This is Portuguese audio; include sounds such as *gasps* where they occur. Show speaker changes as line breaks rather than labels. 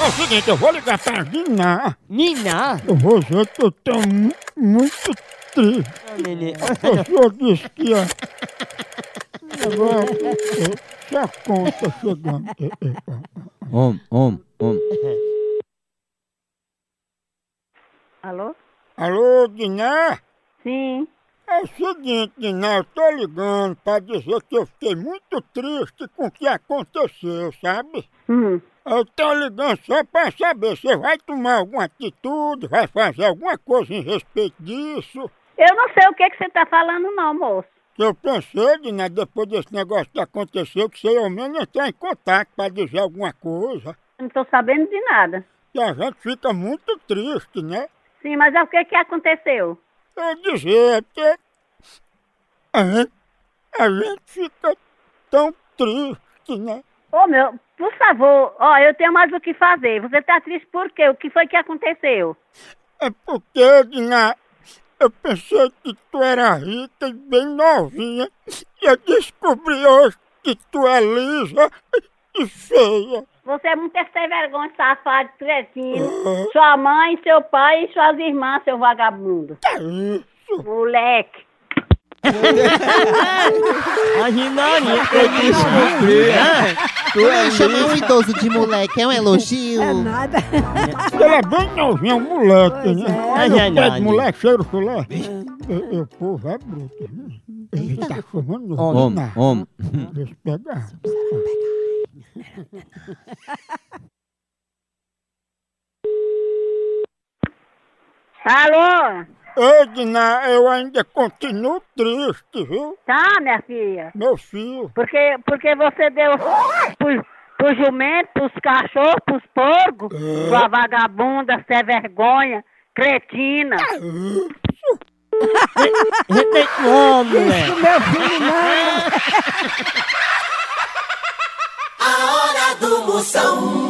É seguinte, eu vou ligar pra Guiná.
Nina.
Eu vou dizer que eu tô mu- muito triste.
Ah, nenê.
O senhor disse que ia... Agora, eh, se a conta chegando... eh, eh, ó.
Om, om, om.
Alô?
Alô, Guiná?
Sim.
É o seguinte, Guiná, eu tô ligando pra dizer que eu fiquei muito triste com o que aconteceu, sabe?
Hum.
Eu tô ligando só pra saber se vai tomar alguma atitude, vai fazer alguma coisa em respeito disso.
Eu não sei o que, que você tá falando não, moço.
Eu pensei, Dina, depois desse negócio que aconteceu, que você ao menos entrar em contato pra dizer alguma coisa.
Eu não tô sabendo de nada.
E a gente fica muito triste, né?
Sim, mas é o que que aconteceu?
Eu dizer, é porque a gente, a gente fica tão triste, né?
Ô, meu, por favor, ó, eu tenho mais o que fazer. Você tá triste por quê? O que foi que aconteceu?
É porque, Dina, eu pensei que tu era rica e bem novinha. E eu descobri hoje que tu é lisa e feia.
Você é muito sem vergonha, safado, cretino. *gasps* Sua mãe, seu pai e suas irmãs, seu vagabundo.
É isso.
Moleque.
A É. Rinarinha. é
Chamar um idoso de moleque é um elogio.
Ela é bem novinha, um moleque, né?
é.
Olha o pé de
Verdade.
mulher, cheiro chulé. Eu, eu, povo é bruto. né? Ele tá fumando
Om,
na-
om.
Deixa eu pegar.
Alô?
Ei, Dina, eu ainda continuo triste, viu?
Tá, minha filha?
Meu filho.
Porque, porque você deu *laughs* pro, pro jumento, pros cachorros, pros porcos, sua vagabunda, sem vergonha, cretina.
Respeita o homem, moleque.
A hora do Moção.